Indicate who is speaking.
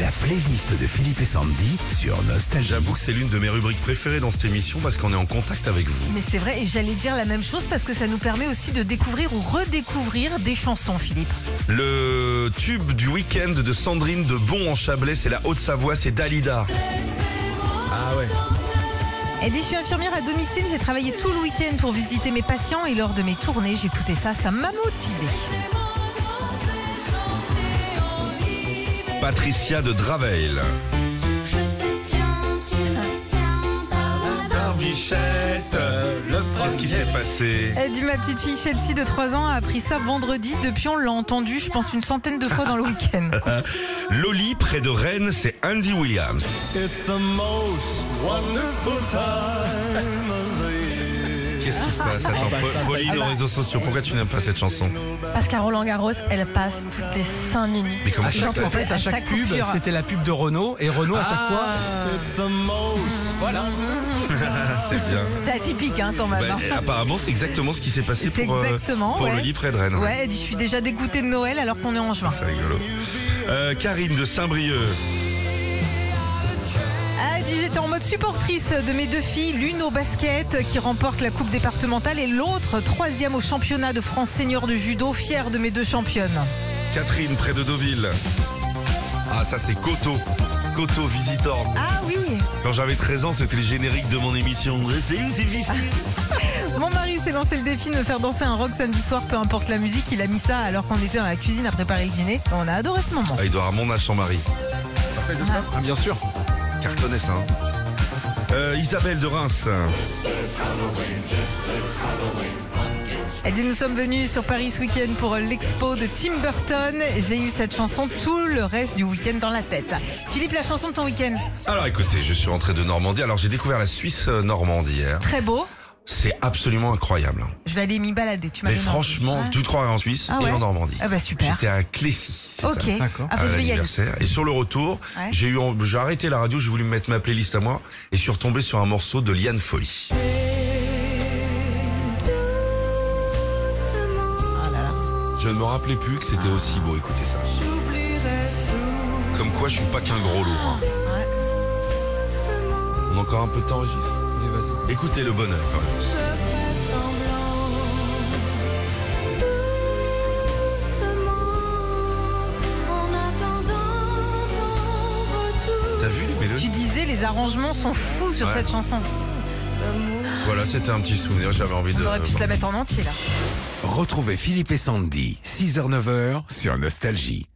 Speaker 1: La playlist de Philippe et Sandy sur Nostalgie.
Speaker 2: J'avoue que c'est l'une de mes rubriques préférées dans cette émission parce qu'on est en contact avec vous.
Speaker 3: Mais c'est vrai, et j'allais dire la même chose parce que ça nous permet aussi de découvrir ou redécouvrir des chansons, Philippe.
Speaker 2: Le tube du week-end de Sandrine de Bon en Chablais, c'est la Haute-Savoie, c'est Dalida. Ah ouais.
Speaker 3: Elle dit Eh, Je suis infirmière à domicile, j'ai travaillé tout le week-end pour visiter mes patients et lors de mes tournées, j'écoutais ça, ça m'a motivée.
Speaker 2: Patricia de Draveil.
Speaker 4: Je te tiens, tu me tiens par la
Speaker 2: Qu'est-ce qui s'est passé
Speaker 3: Elle dit Eh, Ma petite fille Chelsea de 3 ans a appris ça vendredi, depuis on l'a entendu, je pense, une centaine de fois dans le week-end.
Speaker 2: Loli, près de Rennes, c'est Andy Williams.
Speaker 5: It's the most wonderful time of the year.
Speaker 2: Qu'est-ce qui se
Speaker 3: Ah,
Speaker 2: passe Attends,
Speaker 3: bah,
Speaker 2: Pau- Pauline aux réseaux sociaux, pourquoi tu n'aimes pas cette chanson
Speaker 6: Parce qu'à Roland Garros, elle passe toutes les 5 minutes.
Speaker 2: Mais comment
Speaker 7: À
Speaker 2: ça se
Speaker 7: chaque, en
Speaker 2: passe
Speaker 7: fait,
Speaker 3: À
Speaker 7: à chaque
Speaker 3: chaque
Speaker 7: pub,
Speaker 3: coupure. Ah.
Speaker 7: c'était la pub de Renault. Et Renault, à chaque fois,
Speaker 5: It's the most
Speaker 7: voilà.
Speaker 2: C'est Eh bien.
Speaker 3: C'est atypique, hein, quand même.
Speaker 2: Bah,
Speaker 3: hein.
Speaker 2: apparemment, c'est exactement ce qui s'est passé
Speaker 3: C'est
Speaker 2: pour, euh,
Speaker 3: exactement,
Speaker 2: pour
Speaker 3: ouais.
Speaker 2: Loli, près de Rennes.
Speaker 3: Ouais, elle dit Je suis déjà dégoûtée de Noël alors qu'on est en juin.
Speaker 2: Ah, C'est rigolo. Euh, Karine de Saint-Brieuc.
Speaker 3: Ah, elle dit j'étais en mode supportrice de mes deux filles, l'une au basket qui remporte la coupe départementale et l'autre troisième au championnat de France senior de judo, fière de mes deux championnes.
Speaker 2: Catherine, près de Deauville. Ah, ça, c'est Coteau. Coteau Visitor.
Speaker 3: Ah oui,
Speaker 2: Quand j'avais 13 ans, c'était le générique de mon émission. Salut, c'est Fifi.
Speaker 3: mon mari s'est lancé le défi de me faire danser un rock samedi soir, peu importe la musique, il a mis ça alors qu'on était dans la cuisine à préparer le dîner. On a adoré ce moment.
Speaker 2: Ah, il doit avoir mon âge, son mari. Parfait de ça
Speaker 7: Ah, bien sûr.
Speaker 2: Cartonnait ça. hein. Euh, Isabelle de Reims.
Speaker 3: Et nous sommes venus sur Paris ce week-end pour l'expo de Tim Burton. J'ai eu cette chanson tout le reste du week-end dans la tête. Philippe, la chanson de ton week-end,
Speaker 2: Alors écoutez, je suis rentré de Normandie. Alors j'ai découvert la Suisse euh, normande hier.
Speaker 3: très beau.
Speaker 2: C'est absolument incroyable. hein.
Speaker 3: Je vais aller m'y balader. Tu m'as
Speaker 2: Mais
Speaker 3: donné envie.
Speaker 2: franchement,
Speaker 3: Bah, Ouais.
Speaker 2: tu te croirais en Suisse
Speaker 3: Ah
Speaker 2: et
Speaker 3: ouais
Speaker 2: en Normandie.
Speaker 3: Ah bah super.
Speaker 2: J'étais à Clécy. c'est
Speaker 3: Ok.
Speaker 2: ça,
Speaker 7: D'accord.
Speaker 3: Ah,
Speaker 2: à
Speaker 3: faut que je vais y aller.
Speaker 2: l'anniversaire. Et sur le retour,
Speaker 3: Ouais.
Speaker 2: j'ai eu, en- j'ai arrêté la radio, j'ai voulu me mettre ma playlist à moi et je suis retombé sur un morceau de Liane Folly.
Speaker 3: Ah
Speaker 2: Je ne me rappelais plus que c'était aussi beau. Écoutez ça. Comme quoi, je suis pas qu'un gros lourd. hein. On a encore un peu de temps, Régis. Écoutez le bonheur. quand même.
Speaker 4: en attendant ton retour.
Speaker 2: T'as vu les mélodies
Speaker 3: Tu disais les arrangements sont fous sur
Speaker 2: Ouais.
Speaker 3: cette chanson.
Speaker 2: Voilà, c'était un petit souvenir. J'avais envie de.
Speaker 3: On aurait pu se la mettre en entier là.
Speaker 1: Retrouvez Philippe et Sandy, 6h-9h sur Nostalgie.